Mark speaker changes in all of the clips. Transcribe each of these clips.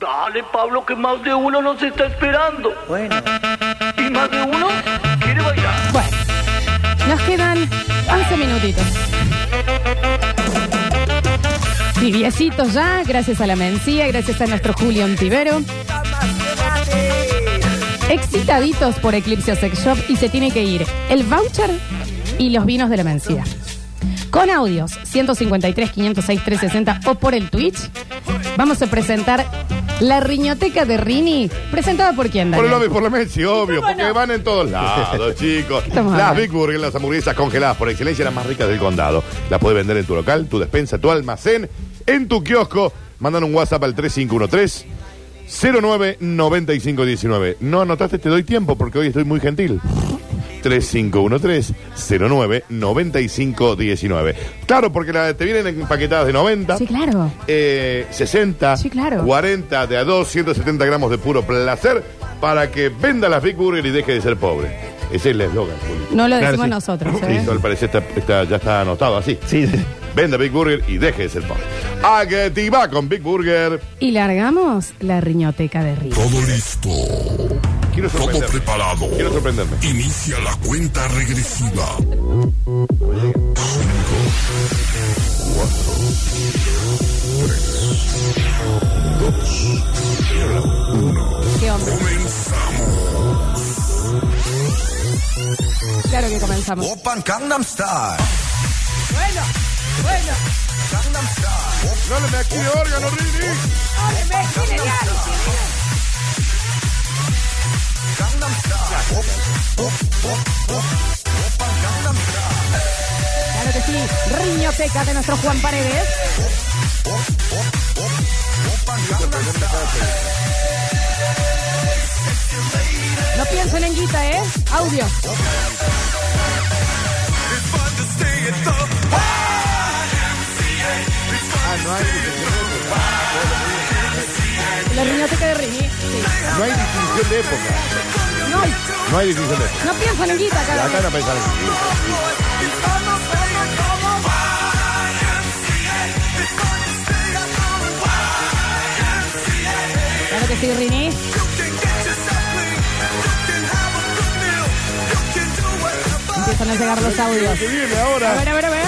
Speaker 1: Dale, Pablo, que más de uno nos está esperando.
Speaker 2: Bueno.
Speaker 1: Y más de uno quiere bailar.
Speaker 3: Bueno, nos quedan 11 minutitos. Tibiecitos ya, gracias a la mencía, gracias a nuestro Julio Ontivero. Excitaditos por Eclipse Sex Shop y se tiene que ir el voucher y los vinos de la mencía. Con audios 153, 506, 360 o por el Twitch, vamos a presentar la riñoteca de Rini, presentada por quién,
Speaker 4: Por el
Speaker 3: Daniel?
Speaker 4: lobby, por la Messi, obvio,
Speaker 3: ¿Cómo no?
Speaker 4: porque van en todos lados, chicos.
Speaker 3: Estamos
Speaker 4: Las
Speaker 3: hablando.
Speaker 4: Big Burger, las hamburguesas congeladas por excelencia, las más ricas del condado. Las puedes vender en tu local, tu despensa, tu almacén, en tu kiosco. Mandan un WhatsApp al 3513 099519. No anotaste, te doy tiempo porque hoy estoy muy gentil. 3513-099519. Claro, porque la- te vienen empaquetadas de 90.
Speaker 3: Sí, claro.
Speaker 4: Eh, 60,
Speaker 3: Sí, claro.
Speaker 4: 40 de a 2, 170 gramos de puro placer para que venda las Big Burger y deje de ser pobre. Ese es el eslogan. Juli.
Speaker 3: No lo decimos
Speaker 2: Claro, sí.
Speaker 3: nosotros. ¿eh?
Speaker 4: Listo, al parecer está- está- ya está anotado así.
Speaker 2: Sí, sí.
Speaker 4: Venda Big Burger y deje de ser pobre. Activa con Big Burger.
Speaker 3: Y largamos la riñoteca de Rini.
Speaker 5: Todo listo.
Speaker 4: Quiero
Speaker 5: Todo
Speaker 4: sorprenderme.
Speaker 5: preparado.
Speaker 4: Quiero sorprenderme.
Speaker 5: Inicia la cuenta regresiva.
Speaker 3: Qué hombre.
Speaker 5: Comenzamos.
Speaker 3: Claro que comenzamos.
Speaker 5: Open Gangnam Style.
Speaker 3: Bueno, bueno,
Speaker 5: Gangnam Style.
Speaker 4: No le me active órgano, Rini.
Speaker 5: Gangnam Style.
Speaker 3: claro que sí. Riñoteca de nuestro Juan Paredes. No piensen en guita, ¿eh? Audio. La riñoteca de Rini. sí.
Speaker 4: No hay distinción de época.
Speaker 3: No,
Speaker 4: No hay distinción de época.
Speaker 3: no piensan en guita, cara.
Speaker 4: Acá no pensaron.
Speaker 3: Claro que sí, Rini. Empiezan a llegar los audios.
Speaker 4: Que viene
Speaker 3: A
Speaker 4: ahora.
Speaker 3: ver, a ver, a ver.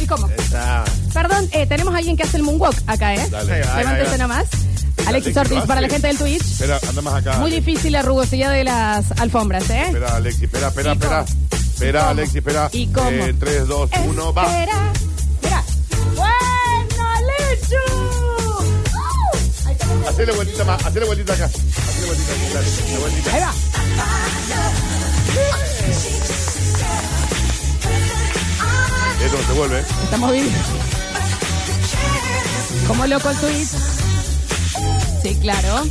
Speaker 3: ¿Y cómo?
Speaker 4: Ah,
Speaker 3: Perdón, eh, tenemos alguien que hace el moonwalk acá, ¿eh?
Speaker 4: Dale. Ahí va,
Speaker 3: Levántese
Speaker 4: ahí va.
Speaker 3: nomás. Alexis
Speaker 4: Alexis,
Speaker 3: Ortiz,
Speaker 4: ¿lo
Speaker 3: para la
Speaker 4: hace?
Speaker 3: gente del Twitch.
Speaker 4: Espera, anda más acá.
Speaker 3: Muy difícil la rugosidad de las alfombras, ¿eh?
Speaker 4: Espera, Alexi, espera, espera,
Speaker 3: ¿Y cómo?
Speaker 4: espera. Espera,
Speaker 3: ¿Cómo?
Speaker 4: Alexi, espera. Eh,
Speaker 3: ¿Y cómo? Este-
Speaker 4: 3, 2, 1, va.
Speaker 3: Espera, espera. ¡Bueno, Alecho! ¡Uh! Ahí está.
Speaker 4: Hacele vueltita más, hacele vueltita acá. Hacele vueltita acá, dale, la vueltita.
Speaker 3: Ahí va.
Speaker 4: Esto no se vuelve. ¿eh?
Speaker 3: Estamos bien. Como loco el Twitch. Sí, claro.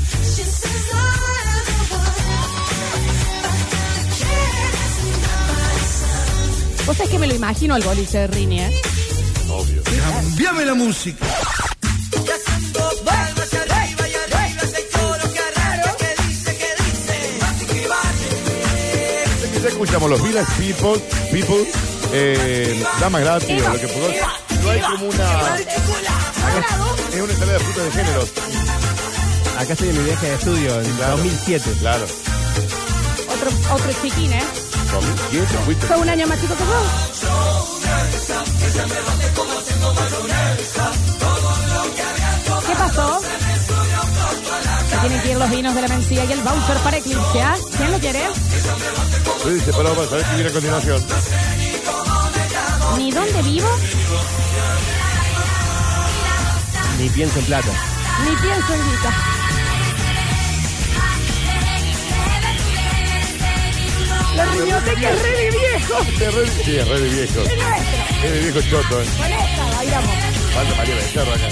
Speaker 3: Vos sabés que me lo imagino al boliche de Rini, ¿eh?
Speaker 4: Obvio.
Speaker 2: Envíame la música.
Speaker 4: Ya escuchamos los Village People, People, eh, Dama Gratis, o lo que pudo. No hay como una. Es una ensalada de frutas de géneros.
Speaker 2: Acá estoy en mi viaje de estudio en 2007.
Speaker 4: Claro.
Speaker 3: Otro, otro chiquín, ¿eh?
Speaker 4: Con ¿Quién es? ¿Fuiste?
Speaker 3: Fue un año más chico que vos. ¿Qué pasó? Se tienen que ir los vinos de la mencía y el voucher para Eclipse. ¿ah? ¿Quién lo quiere?
Speaker 4: Estoy desesperado para saber qué viene a continuación.
Speaker 3: ¿Ni dónde vivo?
Speaker 2: Ni pienso en plata.
Speaker 3: Ni pienso en guita. La riñoteca es re de viejo.
Speaker 4: Este es re- Sí, es re de viejo.
Speaker 3: Es nuestra.
Speaker 4: Es de viejo choto, ¿eh?
Speaker 3: Con esta bailamos.
Speaker 4: Falta María Becerra acá.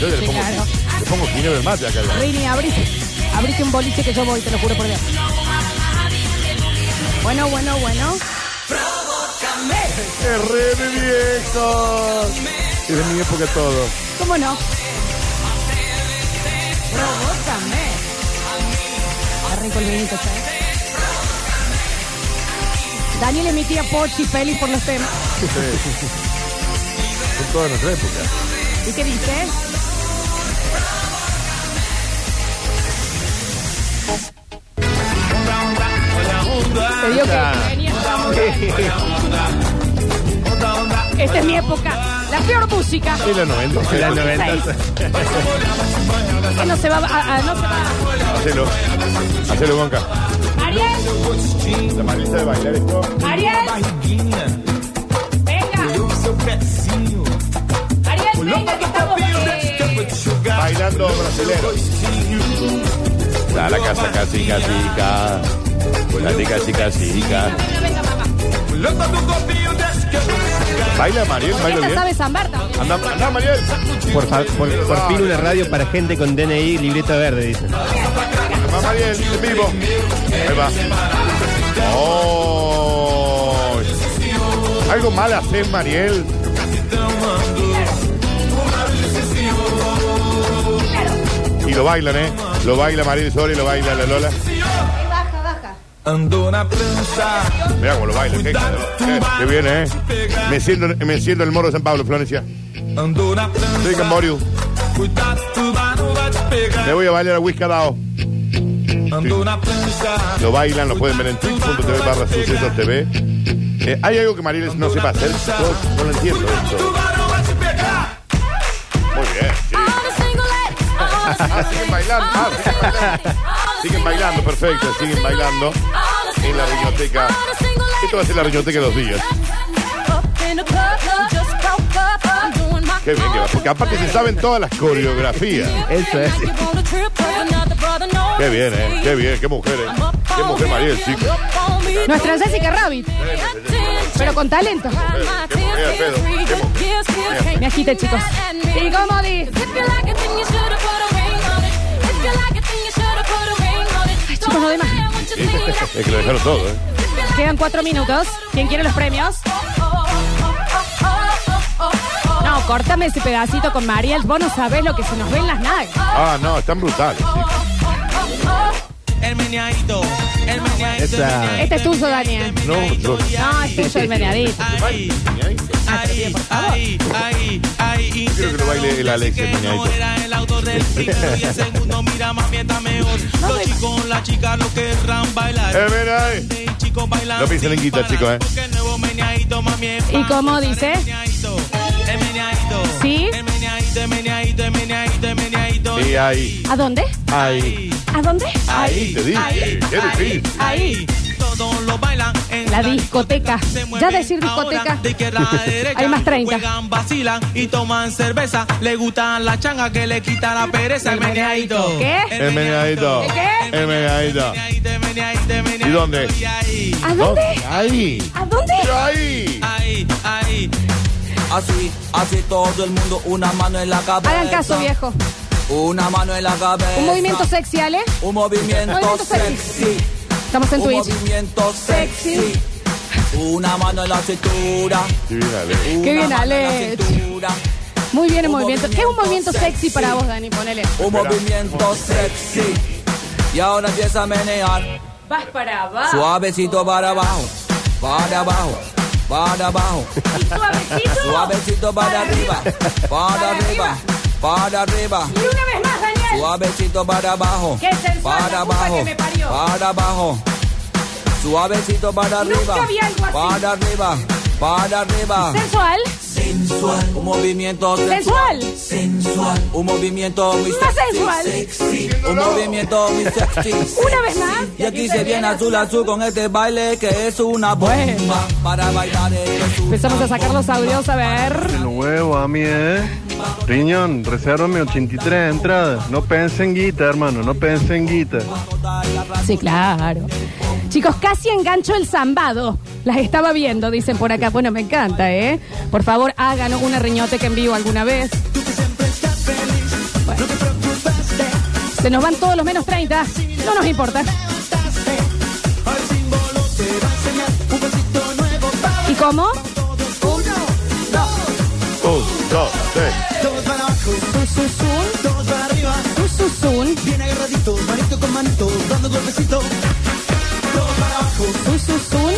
Speaker 4: Yo le
Speaker 3: Sí,
Speaker 4: pongo,
Speaker 3: claro.
Speaker 4: le pongo dinero del mate acá. ¿verdad?
Speaker 3: Rini, abrite. Abrite un boliche que yo voy, te lo juro por Dios. Bueno, bueno, bueno.
Speaker 4: Es re de viejo. Es de mi época todo.
Speaker 3: ¿Cómo no? Provócame. Arranco el vinito, ¿sabes? Daniel emitía Pochi feliz por los temas.
Speaker 4: Son toda nuestra época.
Speaker 3: ¿Y qué dice? Te digo que venía- Esta es mi época. La peor música.
Speaker 4: Es los 90.
Speaker 2: En las 90.
Speaker 3: 96. Que no se va a- a- no se va.
Speaker 4: Hacelo. Hacelo, Gonca.
Speaker 3: Ariel,
Speaker 4: La malicia de bailar esto.
Speaker 3: Ariel, venga. Ariel, venga, que estamos. eh,
Speaker 4: Bailando brasilero. Da la casa, casi, casi, ca. Casi, casi, casi, ca.
Speaker 3: venga, venga, papá.
Speaker 4: Baila Mariel, baila
Speaker 3: Esta
Speaker 4: bien.
Speaker 3: sabe San Marta.
Speaker 4: Anda, anda Mariel.
Speaker 2: Por, fa- por, por fin una radio para gente con DNI y libreta verde, dicen.
Speaker 4: Anda Mariel, en vivo. Ahí va. Oh. Algo mal haces, Mariel. Y lo bailan, ¿eh? Lo baila Mariel Sol y lo baila la Lola.
Speaker 6: baja, baja.
Speaker 5: Andou na prancha,
Speaker 4: Mira cómo lo baila, qué, qué- qué bien, ¿eh? Me siento, me siento el moro de San Pablo, Florencia.
Speaker 5: andou na prancha.
Speaker 4: Soy Camborio.
Speaker 5: Cuidado, tubarão vai te
Speaker 4: Le
Speaker 5: pegar.
Speaker 4: voy a bailar a Whiskadao.
Speaker 5: Andou na prancha.
Speaker 4: Lo bailan, lo pueden ver en twitch.tv barra sucesos TV. Eh, hay algo que Mariel no sepa hacer. Yo no lo entiendo esto.
Speaker 5: Tubarão vai te pegar.
Speaker 4: Muy bien. sí. Ah, siguen bailando. Ah, siguen bailando. Siguen bailando, perfecto. Siguen bailando en la riñoteca. Esto va a ser la riñoteca de los días. Qué bien que va. Porque aparte se saben todas las coreografías.
Speaker 2: Eso es.
Speaker 4: Qué bien, ¿eh? Qué bien, qué mujer, ¿eh? Qué mujer Mariel, chicos.
Speaker 3: Nuestra Jessica Rabbit, pero con talento. Me agita, chicos. ¿Y cómo dice? Chicos, no demás.
Speaker 4: Es que lo dejaron todo, ¿eh?
Speaker 3: Quedan cuatro minutos. ¿Quién quiere los premios? No, córtame ese pedacito con Mariel. Vos no sabés lo que se nos ven las nags.
Speaker 4: Ah, no, están brutales. chicos.
Speaker 7: El meneadito, el meneadito.
Speaker 2: Esa.
Speaker 3: Este es tuyo, Daniel.
Speaker 4: No, yo-
Speaker 3: No, es tuyo el meneadito.
Speaker 7: Ahí, ahí, ahí, ahí, ahí.
Speaker 4: quiero que lo baile el Alex, pues. el meneadito.
Speaker 7: No era el auto del primero y el segundo, mira mami está mejor. Los chicos, las chicas lo querrán
Speaker 4: Eh,
Speaker 7: bailar.
Speaker 4: ven ahí.
Speaker 7: El chico bailando
Speaker 4: No piensen en
Speaker 7: sin
Speaker 4: quitar,
Speaker 7: parar,
Speaker 4: chicos, eh.
Speaker 7: porque el nuevo meneadito, mami, es
Speaker 3: ¿Y cómo
Speaker 7: para
Speaker 3: dice?
Speaker 7: El meneadito, el meneadito.
Speaker 3: ¿Sí?
Speaker 7: El meneadito, el meneadito, el meneadito, el meneadito.
Speaker 4: Sí, ahí.
Speaker 3: ¿A dónde?
Speaker 4: Ahí.
Speaker 3: ¿A dónde?
Speaker 4: Ahí, te dije. Qué difícil.
Speaker 7: Ahí, todos lo bailan en
Speaker 3: La discoteca.
Speaker 7: se
Speaker 3: Ya
Speaker 7: mueven
Speaker 3: decir
Speaker 7: ahora
Speaker 3: discoteca.
Speaker 7: de izquierda a derecha.
Speaker 3: Hay más 30.
Speaker 7: Juegan, vacilan y toman cerveza. Le gustan la changa que le quita la pereza. El meneadito.
Speaker 3: ¿Qué?
Speaker 4: El meneadito.
Speaker 3: ¿El qué?
Speaker 4: El meneadito.
Speaker 7: Meneadito, el meneadito, el meneadito.
Speaker 4: ¿Y dónde?
Speaker 7: Y ahí,
Speaker 3: ¿A dónde?
Speaker 4: Ahí.
Speaker 3: ¿A dónde?
Speaker 4: Pero ahí.
Speaker 7: ahí, ahí.
Speaker 8: Así, así todo el mundo, una mano en la cabeza.
Speaker 3: Hagan caso, viejo.
Speaker 8: Una mano en la cabeza.
Speaker 3: Un movimiento sexy, Ale.
Speaker 8: Un movimiento
Speaker 3: Movimiento sexy.
Speaker 8: sexy.
Speaker 3: Estamos en
Speaker 8: Un
Speaker 3: Twitch.
Speaker 8: movimiento sexy. Una mano en la cintura.
Speaker 4: Qué bien, Ale.
Speaker 3: Qué bien,
Speaker 8: Una mano en la
Speaker 3: Alex.
Speaker 8: cintura.
Speaker 3: Muy bien el movimiento. ¿Qué es un movimiento
Speaker 8: movimiento
Speaker 3: sexy
Speaker 8: sexy.
Speaker 3: para vos, Dani? Ponele.
Speaker 8: Un movimiento sexy. Y ahora empieza a menear.
Speaker 3: Vas para abajo.
Speaker 8: Suavecito para abajo. Para abajo. Para abajo.
Speaker 3: Suavecito.
Speaker 8: Suavecito para arriba. Para arriba. Para arriba.
Speaker 3: Y una vez más, Daniel.
Speaker 8: Suavecito para abajo.
Speaker 3: Qué sensual
Speaker 8: para
Speaker 3: la puta
Speaker 8: abajo.
Speaker 3: que me parió.
Speaker 8: Para abajo. Suavecito para
Speaker 3: Nunca
Speaker 8: arriba.
Speaker 3: vi algo así.
Speaker 8: Para arriba. Para arriba.
Speaker 3: Sensual.
Speaker 8: Sensual. Un movimiento
Speaker 3: Sensual.
Speaker 8: Sensual. Un movimiento muy
Speaker 3: Más
Speaker 8: sexy.
Speaker 3: sensual.
Speaker 8: Sexy. Un movimiento muy sexy.
Speaker 3: Una vez más.
Speaker 8: Y aquí se viene azul azul con este baile que es una bomba.
Speaker 3: Bueno.
Speaker 8: Para bailar esto es una
Speaker 3: Empezamos a sacar los
Speaker 8: bomba.
Speaker 3: audios, a ver.
Speaker 9: El huevo a mí, ¿eh? Riñón, resérvame 83 entradas. No pensen guita, hermano, no pensen guita.
Speaker 8: Toda la raza
Speaker 3: Sí, claro. Chicos, casi engancho el zambado. Las estaba viendo, dicen por acá. Bueno, me encanta, ¿eh? Por favor, hagan una riñoteca en vivo alguna vez. Bueno. Se nos van todos los menos 30. No nos importa. ¿Y cómo?
Speaker 4: Un, dos, tres.
Speaker 3: Un susun. Un susun.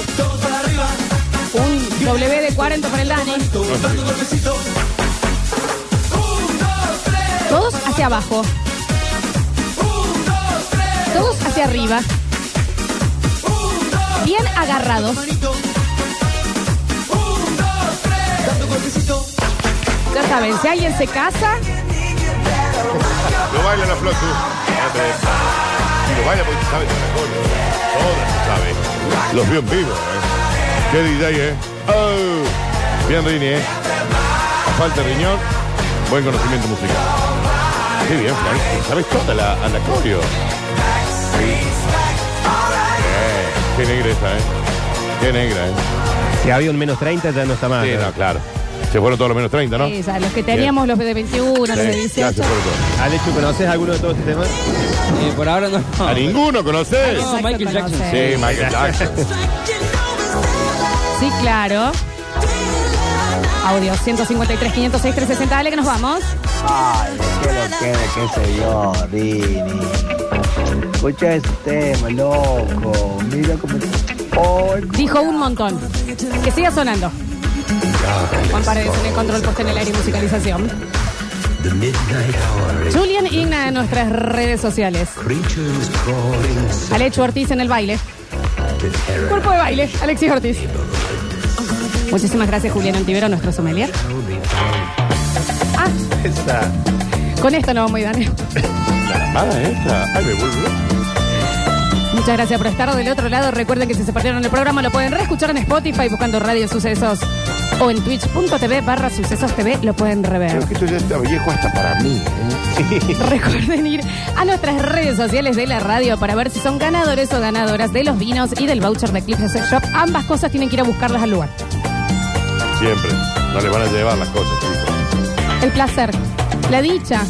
Speaker 3: Un W de 40 para el Dani. hacia abajo. Todos hacia arriba. Bien agarrados. Ya saben, si alguien se casa,
Speaker 4: Lo baila la flotu. Y lo baila porque sabe la cola. Todas saben. Los vio en vivo, ¿eh? Qué DJ, ¿eh? Oh. Bien Rini, ¿eh? A falta de riñón, buen conocimiento musical. Qué bien, Frank. Sabes toda la, a la coreo. Eh, Qué negra esa, ¿eh? Qué negra, ¿eh?
Speaker 2: Si había un menos 30 ya no está mal.
Speaker 4: Sí,
Speaker 2: ¿no?
Speaker 4: no, claro. Se fueron todos los menos 30, ¿no?
Speaker 3: eh, ya, los que teníamos, los de 21, los de
Speaker 4: Sí, ya
Speaker 3: 18.
Speaker 4: se fueron todos.
Speaker 2: Alechu, ¿conoces alguno de todos estos temas?
Speaker 8: Eh, por ahora no.
Speaker 4: A ninguno conoces.
Speaker 8: Eso, Michael
Speaker 3: Michael
Speaker 8: Jackson.
Speaker 3: Jackson.
Speaker 4: Sí, Michael Jackson.
Speaker 3: Sí, claro. Audio 153, 506, 360. Dale que nos vamos.
Speaker 6: Ay, qué lo que, qué sé yo, Rini. Escucha ese tema, loco. Mira cómo. Oh,
Speaker 3: Dijo un montón. Que siga sonando. Juan Paredes en el control post en el aire y musicalización. Julian Igna en nuestras redes sociales. Alecho Ortiz en el baile. Cuerpo de baile, Alexis Ortiz. Muchísimas gracias, Julián Antivero, nuestro sommelier. Ah,
Speaker 2: Esa.
Speaker 3: con esto nos vamos, Daniel.
Speaker 4: Mala esta. ¿eh? Ay, me vuelvo. loco.
Speaker 3: Muchas gracias por estar del otro lado. Recuerden que si se perdieron el programa lo pueden reescuchar en Spotify buscando Radio Sucesos o en twitch.tv barra Sucesos TV lo pueden rever.
Speaker 4: Creo que esto ya está viejo hasta para mí. ¿eh?
Speaker 3: Recuerden ir a nuestras redes sociales de la radio para ver si son ganadores o ganadoras de los vinos y del voucher de Eclipse Sex Shop. Ambas cosas tienen que ir a buscarlas al lugar.
Speaker 4: Siempre. No les van a llevar las cosas, chicos.
Speaker 3: El placer, la dicha,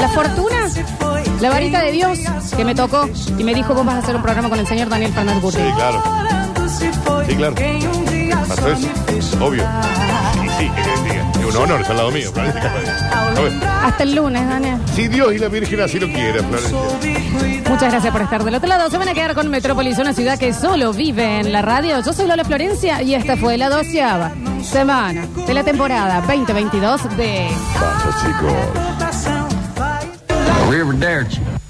Speaker 3: la fortuna, la varita de Dios que me tocó y me dijo vos vas a hacer un programa con el señor Daniel Fernández
Speaker 4: Sí,
Speaker 3: Burti.
Speaker 4: claro. Sí, claro. Pasó eso. Obvio. Y sí, que les diga. Es un honor estar al lado mío, Florencia Capaz. A ver.
Speaker 3: Hasta el lunes, Daniel.
Speaker 4: Si Dios y la Virgen así lo quieren, Florencia.
Speaker 3: Muchas gracias por estar del otro lado. Se van a quedar con Metrópolis, una ciudad que solo vive en la radio. Yo soy Lola Florencia y esta fue la doceava semana de la temporada 2022 de...
Speaker 4: Vamos, chicos.
Speaker 8: Riverdance.